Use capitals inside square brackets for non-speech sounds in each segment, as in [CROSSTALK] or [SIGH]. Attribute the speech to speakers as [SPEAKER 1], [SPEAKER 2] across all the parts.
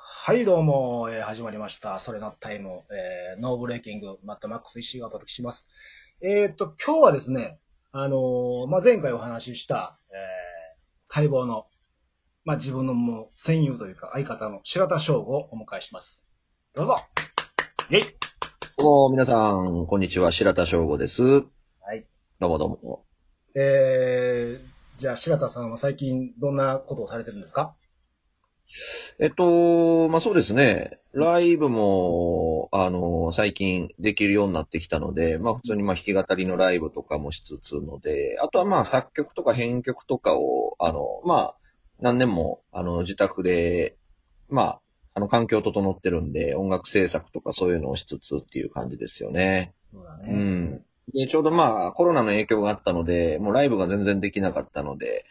[SPEAKER 1] はい、どうも、えー始まりました。それなタイム、えーノーブレーキング、マットマックス石井がお届けします。えーっと、今日はですね、あのーまあ、前回お話しした、えー、解剖の、まあ、自分のもう、戦友というか、相方の白田翔吾をお迎えします。どうぞイェイ。
[SPEAKER 2] どうも、皆さん、こんにちは、白田翔吾です。はいどうもどうも。
[SPEAKER 1] えー、じゃあ白田さんは最近どんなことをされてるんですか
[SPEAKER 2] えっと、まあ、そうですね。ライブも、あの、最近できるようになってきたので、まあ、普通にまあ、弾き語りのライブとかもしつつので、あとはまあ、作曲とか編曲とかを、あの、まあ、何年も、あの、自宅で、まあ、あの、環境整ってるんで、音楽制作とかそういうのをしつつっていう感じですよね。
[SPEAKER 1] そうだ
[SPEAKER 2] ねうん。で、ちょうどまあ、コロナの影響があったので、もうライブが全然できなかったので、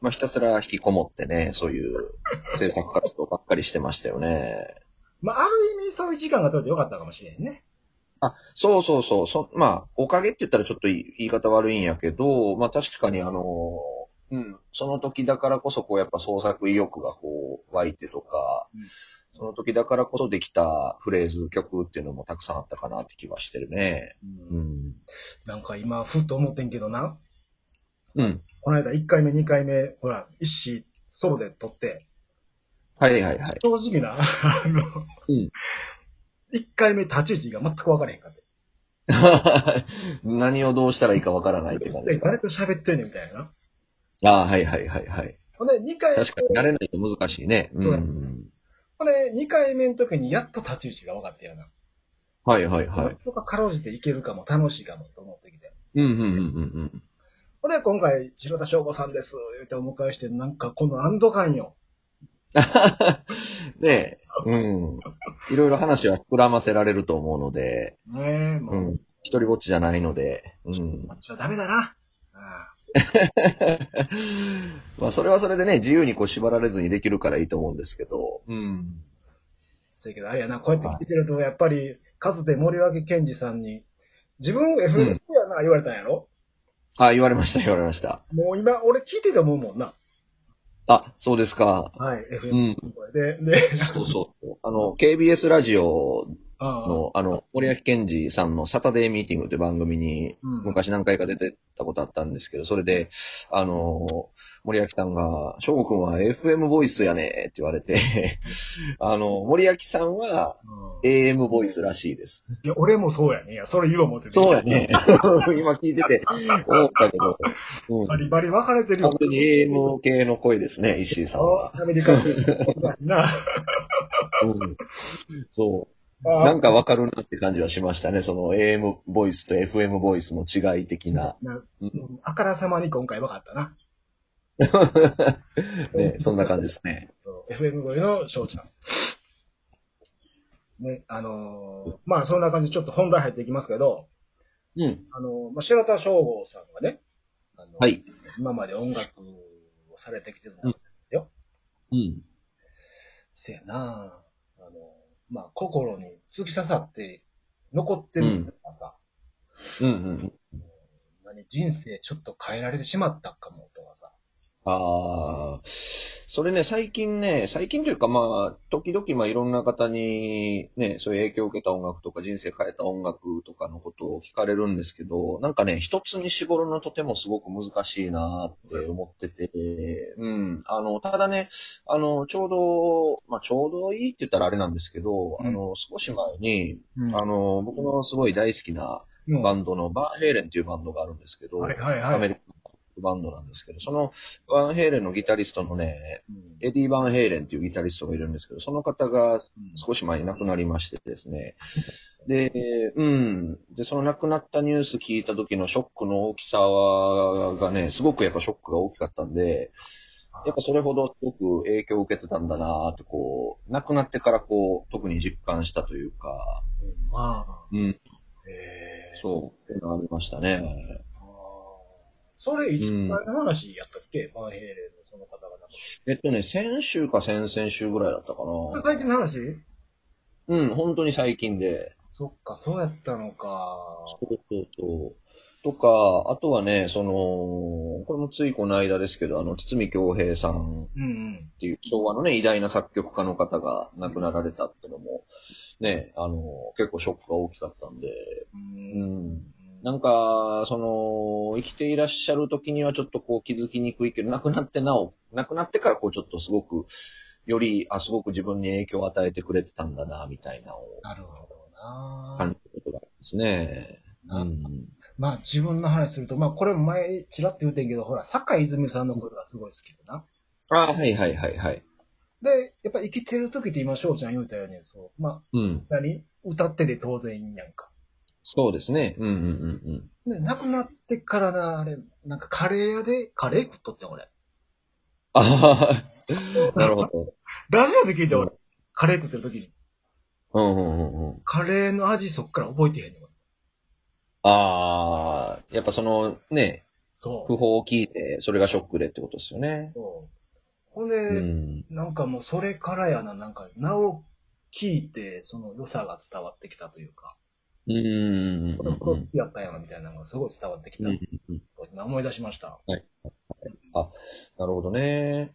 [SPEAKER 2] まあ、ひたすら引きこもってね、そういう制作活動ばっかりしてましたよね。
[SPEAKER 1] まあ、ある意味そういう時間が取れてよかったかもしれんね。
[SPEAKER 2] あ、そうそうそう、そまあ、おかげって言ったらちょっと言い言い方悪いんやけど、まあ確かにあの、うん、その時だからこそこうやっぱ創作意欲がこう湧いてとか、
[SPEAKER 1] うん
[SPEAKER 2] その時だからこそできたフレーズ、曲っていうのもたくさんあったかなって気はしてるね。
[SPEAKER 1] う。
[SPEAKER 2] うんん。
[SPEAKER 1] なんか今、ふっと思ってんけどな。
[SPEAKER 2] うん。
[SPEAKER 1] この間1回目、2回目、ほら、一子ソロで撮って、
[SPEAKER 2] はいはいはい。
[SPEAKER 1] 正直な、あの、
[SPEAKER 2] うん
[SPEAKER 1] 1回目立ち位置が全く分からへんかって。
[SPEAKER 2] [LAUGHS] 何をどうしたらいいかわからないって感じですか
[SPEAKER 1] 誰。と喋ってんねんみたいな。
[SPEAKER 2] ああ、はいはいはいはい。
[SPEAKER 1] ほんで、2回、
[SPEAKER 2] 確かに慣れないと難しいね。う。
[SPEAKER 1] うんほんで、2回目の時にやっと立ち位置が分かったよな。
[SPEAKER 2] はいはいはい。
[SPEAKER 1] とか、かろうじていけるかも、楽しいかも、と思ってきて。
[SPEAKER 2] うんうんうんうんうん。 [LAUGHS]
[SPEAKER 1] ほんで、今回、白田翔吾さんです、言うてお迎えして、なんか、この安堵感よ。
[SPEAKER 2] ねえ、うん。いろいろ話は膨らませられると思うので、
[SPEAKER 1] ねえ、
[SPEAKER 2] う
[SPEAKER 1] もう、
[SPEAKER 2] ん。一人ぼっちじゃないので、う
[SPEAKER 1] こ
[SPEAKER 2] ん。 [LAUGHS]
[SPEAKER 1] っちはダメだな。ああ
[SPEAKER 2] まあ、それはそれでね、自由にこう縛られずにできるからいいと思うんですけど、うん。
[SPEAKER 1] そうやけど、あれやな、こうやって聞いてると、やっぱり、かつて森脇健児さんに、自分 FM 好きやな、言われたんやろ、
[SPEAKER 2] あ、言われました、言われました。
[SPEAKER 1] もう今、俺聞いてて思うもんな。
[SPEAKER 2] あ、そうですか。
[SPEAKER 1] はい、
[SPEAKER 2] う
[SPEAKER 1] FM
[SPEAKER 2] ん。
[SPEAKER 1] 声で。で、
[SPEAKER 2] そうそう。あの、KBS ラジオ
[SPEAKER 1] ああ
[SPEAKER 2] の、あの、森脇健児さんのサタデーミーティングという番組に、
[SPEAKER 1] うん
[SPEAKER 2] 昔何回か出てたことあったんですけど、それで、あの、森脇さんが、翔吾くんは FM ボイスやねって言われて、 [LAUGHS] あの、森脇さんは
[SPEAKER 1] うん
[SPEAKER 2] AM ボイスらしいです。
[SPEAKER 1] いや俺もそうやね。いや、それ言おう思ってる。
[SPEAKER 2] そうや。ね。 [LAUGHS] 今聞いてて思ったけど、うん
[SPEAKER 1] バリバリ分かれてる
[SPEAKER 2] 本
[SPEAKER 1] よ。
[SPEAKER 2] 当に AM 系の声ですね、石井さんは。
[SPEAKER 1] アメリカ人だし
[SPEAKER 2] [LAUGHS]
[SPEAKER 1] な。
[SPEAKER 2] うんそう。
[SPEAKER 1] な
[SPEAKER 2] なんかわかるなって感じはしましたね。その AM ボイスと FM ボイスの違い的な。
[SPEAKER 1] うんあからさまに今回分かったな。
[SPEAKER 2] [LAUGHS] ね、そんな感じですね。
[SPEAKER 1] FM 声の翔ちゃん。ね、あのーまあそんな感じでちょっと本題入っていきますけど、
[SPEAKER 2] うん。
[SPEAKER 1] あの、まあ、白田翔吾さんがね、あの
[SPEAKER 2] はい。
[SPEAKER 1] 今まで音楽をされてきてるんだですよ。
[SPEAKER 2] うん。
[SPEAKER 1] せやなあの、まあ、心に突き刺さって残ってるっていうかさ、
[SPEAKER 2] うんうん。
[SPEAKER 1] 何人生ちょっと変えられてしまったかもとかさ、
[SPEAKER 2] ああ。それね、最近ね、最近というかまあ、時々まあいろんな方にね、そういう影響を受けた音楽とか人生変えた音楽とかのことを聞かれるんですけど、なんかね、一つに絞るのとてもすごく難しいなって思ってて、うん。あの、ただね、あの、ちょうど、まあちょうどいいって言ったらあれなんですけど、
[SPEAKER 1] うん
[SPEAKER 2] あの、少し前に、
[SPEAKER 1] うん
[SPEAKER 2] あの、僕のすごい大好きなバンドのバンヘイレンっていうバンドがあるんですけど、
[SPEAKER 1] はいはい
[SPEAKER 2] ア
[SPEAKER 1] はい。
[SPEAKER 2] メリカのバンドなんですけど、そのバンヘイレンのギタリストのね、
[SPEAKER 1] うん
[SPEAKER 2] エディ・バンヘイレンっていうギタリストがいるんですけど、その方が
[SPEAKER 1] うん
[SPEAKER 2] 少し前に亡くなりましてで
[SPEAKER 1] [LAUGHS]
[SPEAKER 2] すね。で、うん。で、その亡くなったニュース聞いた時のショックの大きさがね、すごくやっぱショックが大きかったんで、やっぱそれほどすごく影響を受けてたんだなってこう、亡くなってからこう、特に実感したというか、
[SPEAKER 1] まあ、
[SPEAKER 2] うん、
[SPEAKER 1] ええ
[SPEAKER 2] そう、っていうのがありましたね。
[SPEAKER 1] あーそれ一番の話やったっけ、ファンヘイレンのその方がなんか
[SPEAKER 2] えっとね、先週か先々週ぐらいだったかな。
[SPEAKER 1] 最近の話
[SPEAKER 2] うん、本当に最近で。
[SPEAKER 1] そっか、そうやったのか。
[SPEAKER 2] そうそうそう。とか、あとはね、その、これもついこの間ですけど、あの、堤京平さん
[SPEAKER 1] うんうん。
[SPEAKER 2] っていう昭和のね、偉大な作曲家の方が亡くなられたってのも、ね、あの、結構ショックが大きかったんで、
[SPEAKER 1] う。
[SPEAKER 2] うんん。なんか、その、生きていらっしゃる時にはちょっとこう気づきにくいけど、亡くなってなお、亡くなってからこうちょっとすごく、より、あ、すごく自分に影響を与えてくれてたんだな、みたいなのを
[SPEAKER 1] なるほどな
[SPEAKER 2] 感じることがありますね。うん。
[SPEAKER 1] まあ自分の話すると、まあこれも前ちらっと言うてんけど、ほら、坂井泉さんのことがすごい好きでな。
[SPEAKER 2] あはいはいはいはい。
[SPEAKER 1] で、やっぱ生きてる時って今、翔ちゃん言うたように、そう、まあ、
[SPEAKER 2] うん。
[SPEAKER 1] 何歌ってて当然やんか。
[SPEAKER 2] そうですね。うんうんうんうん。
[SPEAKER 1] で、亡くなってからな、あれ、なんかカレー屋で、カレー食っとってん俺。
[SPEAKER 2] あははなるほど。
[SPEAKER 1] ラジオで聞いて
[SPEAKER 2] うん
[SPEAKER 1] 俺、カレー食ってる時に、
[SPEAKER 2] うんうんうんうん。
[SPEAKER 1] カレーの味そっから覚えてへんねん。俺
[SPEAKER 2] ああ、やっぱそのね、
[SPEAKER 1] そ
[SPEAKER 2] 訃報を聞いて、それがショックでってことですよね
[SPEAKER 1] う。。そうほんで、
[SPEAKER 2] うん。
[SPEAKER 1] なんかもうそれからやな、なんか、名を聞いて、その良さが伝わってきたというか、
[SPEAKER 2] うんうん
[SPEAKER 1] これ
[SPEAKER 2] うんう
[SPEAKER 1] こ
[SPEAKER 2] ん。
[SPEAKER 1] うやったんやな、みたいなのがすごい伝わってきた。
[SPEAKER 2] うんうん
[SPEAKER 1] 今思い出しました。
[SPEAKER 2] なるほどね。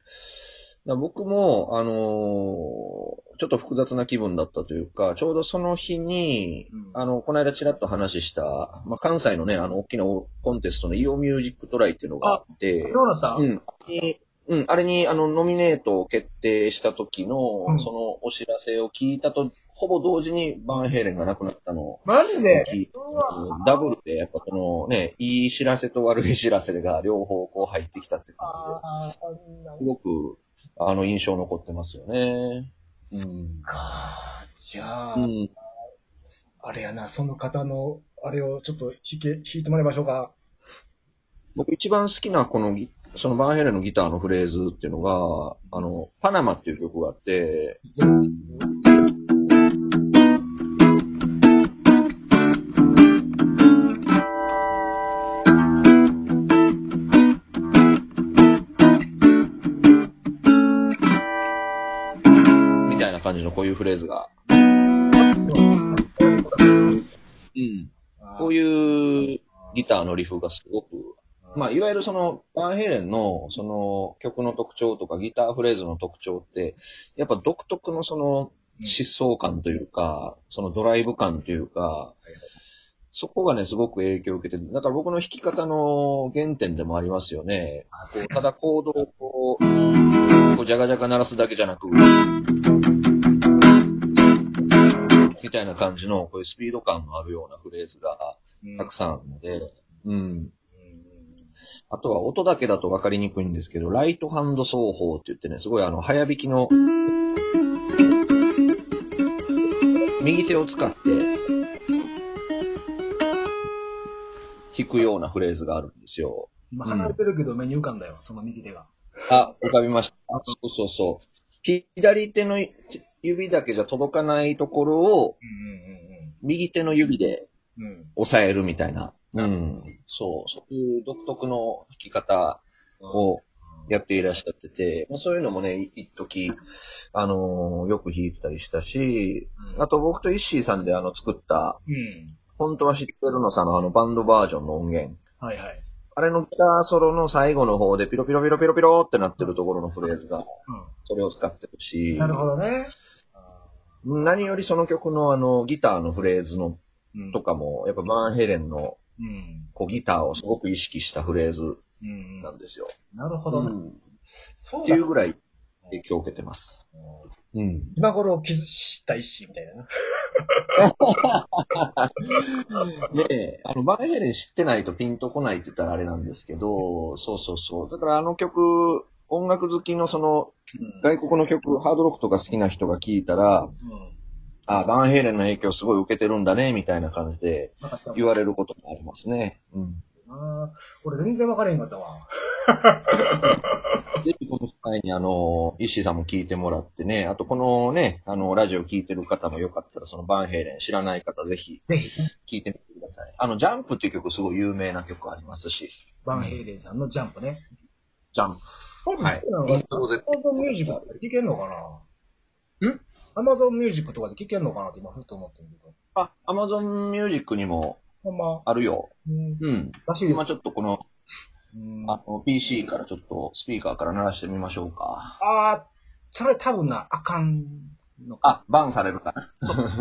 [SPEAKER 2] だから僕も、あのーちょっと複雑な気分だったというか、ちょうどその日に
[SPEAKER 1] うん、
[SPEAKER 2] あの、この間ちらっと話した、まあ、関西のね、あの、大きなコンテストのイオミュージックトライっていうのがあって、
[SPEAKER 1] どうだった、
[SPEAKER 2] うん。うん、あれに、あの、ノミネートを決定した時の、
[SPEAKER 1] うん
[SPEAKER 2] そのお知らせを聞いたと、ほぼ同時にバンヘイレンが亡くなったのを
[SPEAKER 1] マジで
[SPEAKER 2] 聞いて、
[SPEAKER 1] うわ
[SPEAKER 2] ダブルで、やっぱそのね、いい知らせと悪い知らせが両方こう入ってきたって感じで、
[SPEAKER 1] あーあんな
[SPEAKER 2] すごく、あの、印象残ってますよね。うん。
[SPEAKER 1] か。じゃあ、
[SPEAKER 2] うん、
[SPEAKER 1] あれやな、その方の、あれをちょっと弾け、弾いてもらいましょうか。
[SPEAKER 2] 僕一番好きなこのギ、そのバンヘイレンのギターのフレーズっていうのが、あの、パナマっていう曲があって、みたいな感じのこういうフレーズが。うん。こう
[SPEAKER 1] う、
[SPEAKER 2] いうギターのリフがすごく、まあ、いわゆるその、バンヘイレンの、その、曲の特徴とか、ギターフレーズの特徴って、やっぱ独特のその、疾走感というか、そのドライブ感というか、そこがね、すごく影響を受けて、だから僕の弾き方の原点でもありますよね。
[SPEAKER 1] あ
[SPEAKER 2] こ
[SPEAKER 1] そう
[SPEAKER 2] うただ行動をこう、こうジャガジャガ鳴らすだけじゃなく、みたいな感じの、こういうスピード感のあるようなフレーズが
[SPEAKER 1] うん
[SPEAKER 2] たくさんあるので、うん。
[SPEAKER 1] うん
[SPEAKER 2] あとは音だけだと分かりにくいんですけど、ライトハンド奏法って言ってね、すごいあの、早弾きの、右手を使って、弾くようなフレーズがあるんですよ。
[SPEAKER 1] 今離れてるけど目に浮かんだよ、その右手が。
[SPEAKER 2] あ、浮かびました。そうそうそう。左手の指だけじゃ届かないところを、
[SPEAKER 1] うん
[SPEAKER 2] 右手の指
[SPEAKER 1] うん
[SPEAKER 2] で
[SPEAKER 1] うんうん。うん。
[SPEAKER 2] 押さえるみたいな。うん。そう、そういう独特の弾き方をやっていらっしゃってて、まあ、そういうのもね、い一時あのーよく弾いてたりしたし、
[SPEAKER 1] うん、
[SPEAKER 2] あと僕とイッシーさんであの作った、
[SPEAKER 1] うん。
[SPEAKER 2] 本当は知ってるのさのあのバンドバージョンの音源。
[SPEAKER 1] はいはい。
[SPEAKER 2] あれのギターソロの最後の方でピロピロピロピロピロってなってるところのフレーズが、それを使ってる
[SPEAKER 1] う
[SPEAKER 2] し、
[SPEAKER 1] ん。なるほどね。
[SPEAKER 2] 何よりその曲のあの、ギターのフレーズの
[SPEAKER 1] うん
[SPEAKER 2] とかも、やっぱバーンヘレンの
[SPEAKER 1] うん。
[SPEAKER 2] こうギターをすごく意識したフレーズ
[SPEAKER 1] うん。
[SPEAKER 2] なんですよ。
[SPEAKER 1] なるほどね。
[SPEAKER 2] うん
[SPEAKER 1] そ
[SPEAKER 2] っ
[SPEAKER 1] う
[SPEAKER 2] て
[SPEAKER 1] だ
[SPEAKER 2] いうぐらい影響を受けてます。うん。
[SPEAKER 1] 今頃傷したいし、みたいなな。
[SPEAKER 2] で、あの、バーンヘレン知ってないとピンとこないって言ったらあれなんですけど、そうそうそう。だからあの曲、音楽好きのその、
[SPEAKER 1] うん。
[SPEAKER 2] 外国の曲、ハードロックとか好きな人が聴いたら、あ、バーンヘイレンの影響すごい受けてるんだね、みたいな感じで
[SPEAKER 1] なかった
[SPEAKER 2] 言われることもありますね。うん。
[SPEAKER 1] な俺全然分からへんかったわ。
[SPEAKER 2] ぜひこの機会にあの、石井さんも聞いてもらってね、あとこのね、あの、ラジオ聞いてる方もよかったら、そのバンヘイレン知らない方ぜひ
[SPEAKER 1] ぜひ、
[SPEAKER 2] 聞いてみてください。あの、ジャンプっていう曲すごい有名な曲ありますし、
[SPEAKER 1] バンヘイレンさんのジャンプね。
[SPEAKER 2] ジャンプ。はい。イントロで。
[SPEAKER 1] アマゾンミュージックで聞けんのかなんアマゾンミュージックとかで聞けんのかなって今ふと思ってるけど。
[SPEAKER 2] あ、アマゾンミュージックにも
[SPEAKER 1] ほんま、
[SPEAKER 2] あるよ。
[SPEAKER 1] うん、
[SPEAKER 2] うん。
[SPEAKER 1] らしいです
[SPEAKER 2] まあ。ちょっとこの、
[SPEAKER 1] うん、
[SPEAKER 2] あの、PC からちょっと、スピーカーから鳴らしてみましょうか。
[SPEAKER 1] あー、それ多分な、あかんのか。
[SPEAKER 2] あ、バンされるかな。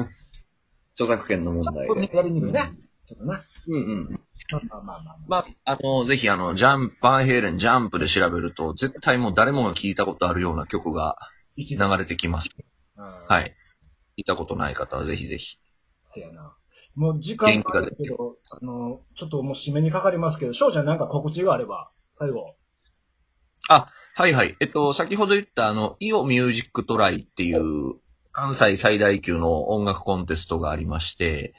[SPEAKER 2] [LAUGHS] 著作権の問
[SPEAKER 1] ちょっ
[SPEAKER 2] 題
[SPEAKER 1] と
[SPEAKER 2] で。
[SPEAKER 1] やりにくいな。ちょっとな。
[SPEAKER 2] うんうん。
[SPEAKER 1] まあまあまあまあ。
[SPEAKER 2] まあ、あの、ぜひあの、ジャンプ、バンヘイレンジャンプで調べると、絶対もう誰もが聞いたことあるような曲が
[SPEAKER 1] 一
[SPEAKER 2] 流
[SPEAKER 1] 度。
[SPEAKER 2] れてきます。
[SPEAKER 1] は。
[SPEAKER 2] はいい。聞いたことない方はぜひぜひ。
[SPEAKER 1] せやな。もう時間
[SPEAKER 2] 元気
[SPEAKER 1] が
[SPEAKER 2] が
[SPEAKER 1] あ
[SPEAKER 2] 出
[SPEAKER 1] る
[SPEAKER 2] て
[SPEAKER 1] けど、あの、ちょっともう締めにかかりますけど、翔ちゃんなんか告知があれば、最後。
[SPEAKER 2] あ、はいはい。えっと、先ほど言ったあの、イオミュージックトライっていう、関西最大級の音楽コンテストがありまして、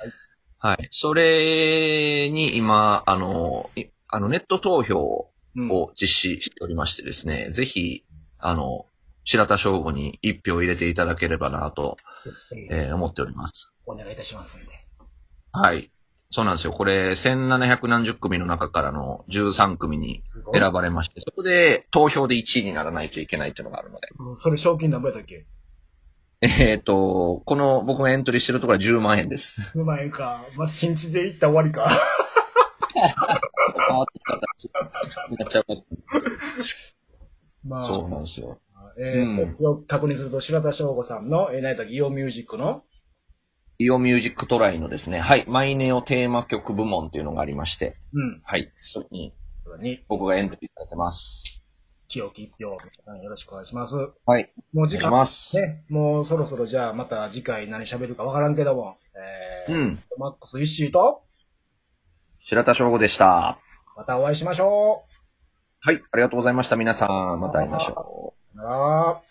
[SPEAKER 2] はい。それに今、あの、いあの、ネット投票
[SPEAKER 1] うん
[SPEAKER 2] を実施しておりましてですね、ぜひ、あの、白田翔吾に一票入れていただければなと、
[SPEAKER 1] えー
[SPEAKER 2] えー思っております。
[SPEAKER 1] お願いいたしますんで。
[SPEAKER 2] はい。そうなんですよ。これ、1700何十組の中からの13組に
[SPEAKER 1] すごい。
[SPEAKER 2] 選ばれまして、そこで投票で1位にならないといけないっていうのがあるので、
[SPEAKER 1] うんそれ賞金何倍だっけ
[SPEAKER 2] えっ、と、この僕がエントリーしてるところは10万円です。
[SPEAKER 1] うまいか。まあ、新地で行ったら終わり
[SPEAKER 2] [LAUGHS]
[SPEAKER 1] か。
[SPEAKER 2] そこ変わってきたらなっちゃう。
[SPEAKER 1] まあ、
[SPEAKER 2] そうなんですよ。
[SPEAKER 1] えー
[SPEAKER 2] うん
[SPEAKER 1] よく確認すると、白田翔吾さんの、えー、何だっけ、イオンミュージックの、
[SPEAKER 2] イオミュージックトライのですね、はい、マイネオテーマ曲部門っていうのがありまして、
[SPEAKER 1] うん、
[SPEAKER 2] はい、そこに
[SPEAKER 1] それに、
[SPEAKER 2] 僕がエントリーされてます。
[SPEAKER 1] 清木一票、皆さんよろしくお願いします。
[SPEAKER 2] はい、
[SPEAKER 1] もう
[SPEAKER 2] お
[SPEAKER 1] 時
[SPEAKER 2] 願い
[SPEAKER 1] 間、
[SPEAKER 2] します。
[SPEAKER 1] ね、もうそろそろじゃあ、また次回何喋るかわからんけども、え
[SPEAKER 2] う
[SPEAKER 1] ー
[SPEAKER 2] ん、
[SPEAKER 1] マックス・イッシーと、
[SPEAKER 2] 白田翔吾でした。
[SPEAKER 1] またお会いしましょ
[SPEAKER 2] はい、ありがとうございました。皆さん、また会いましょう。
[SPEAKER 1] う。さよなら。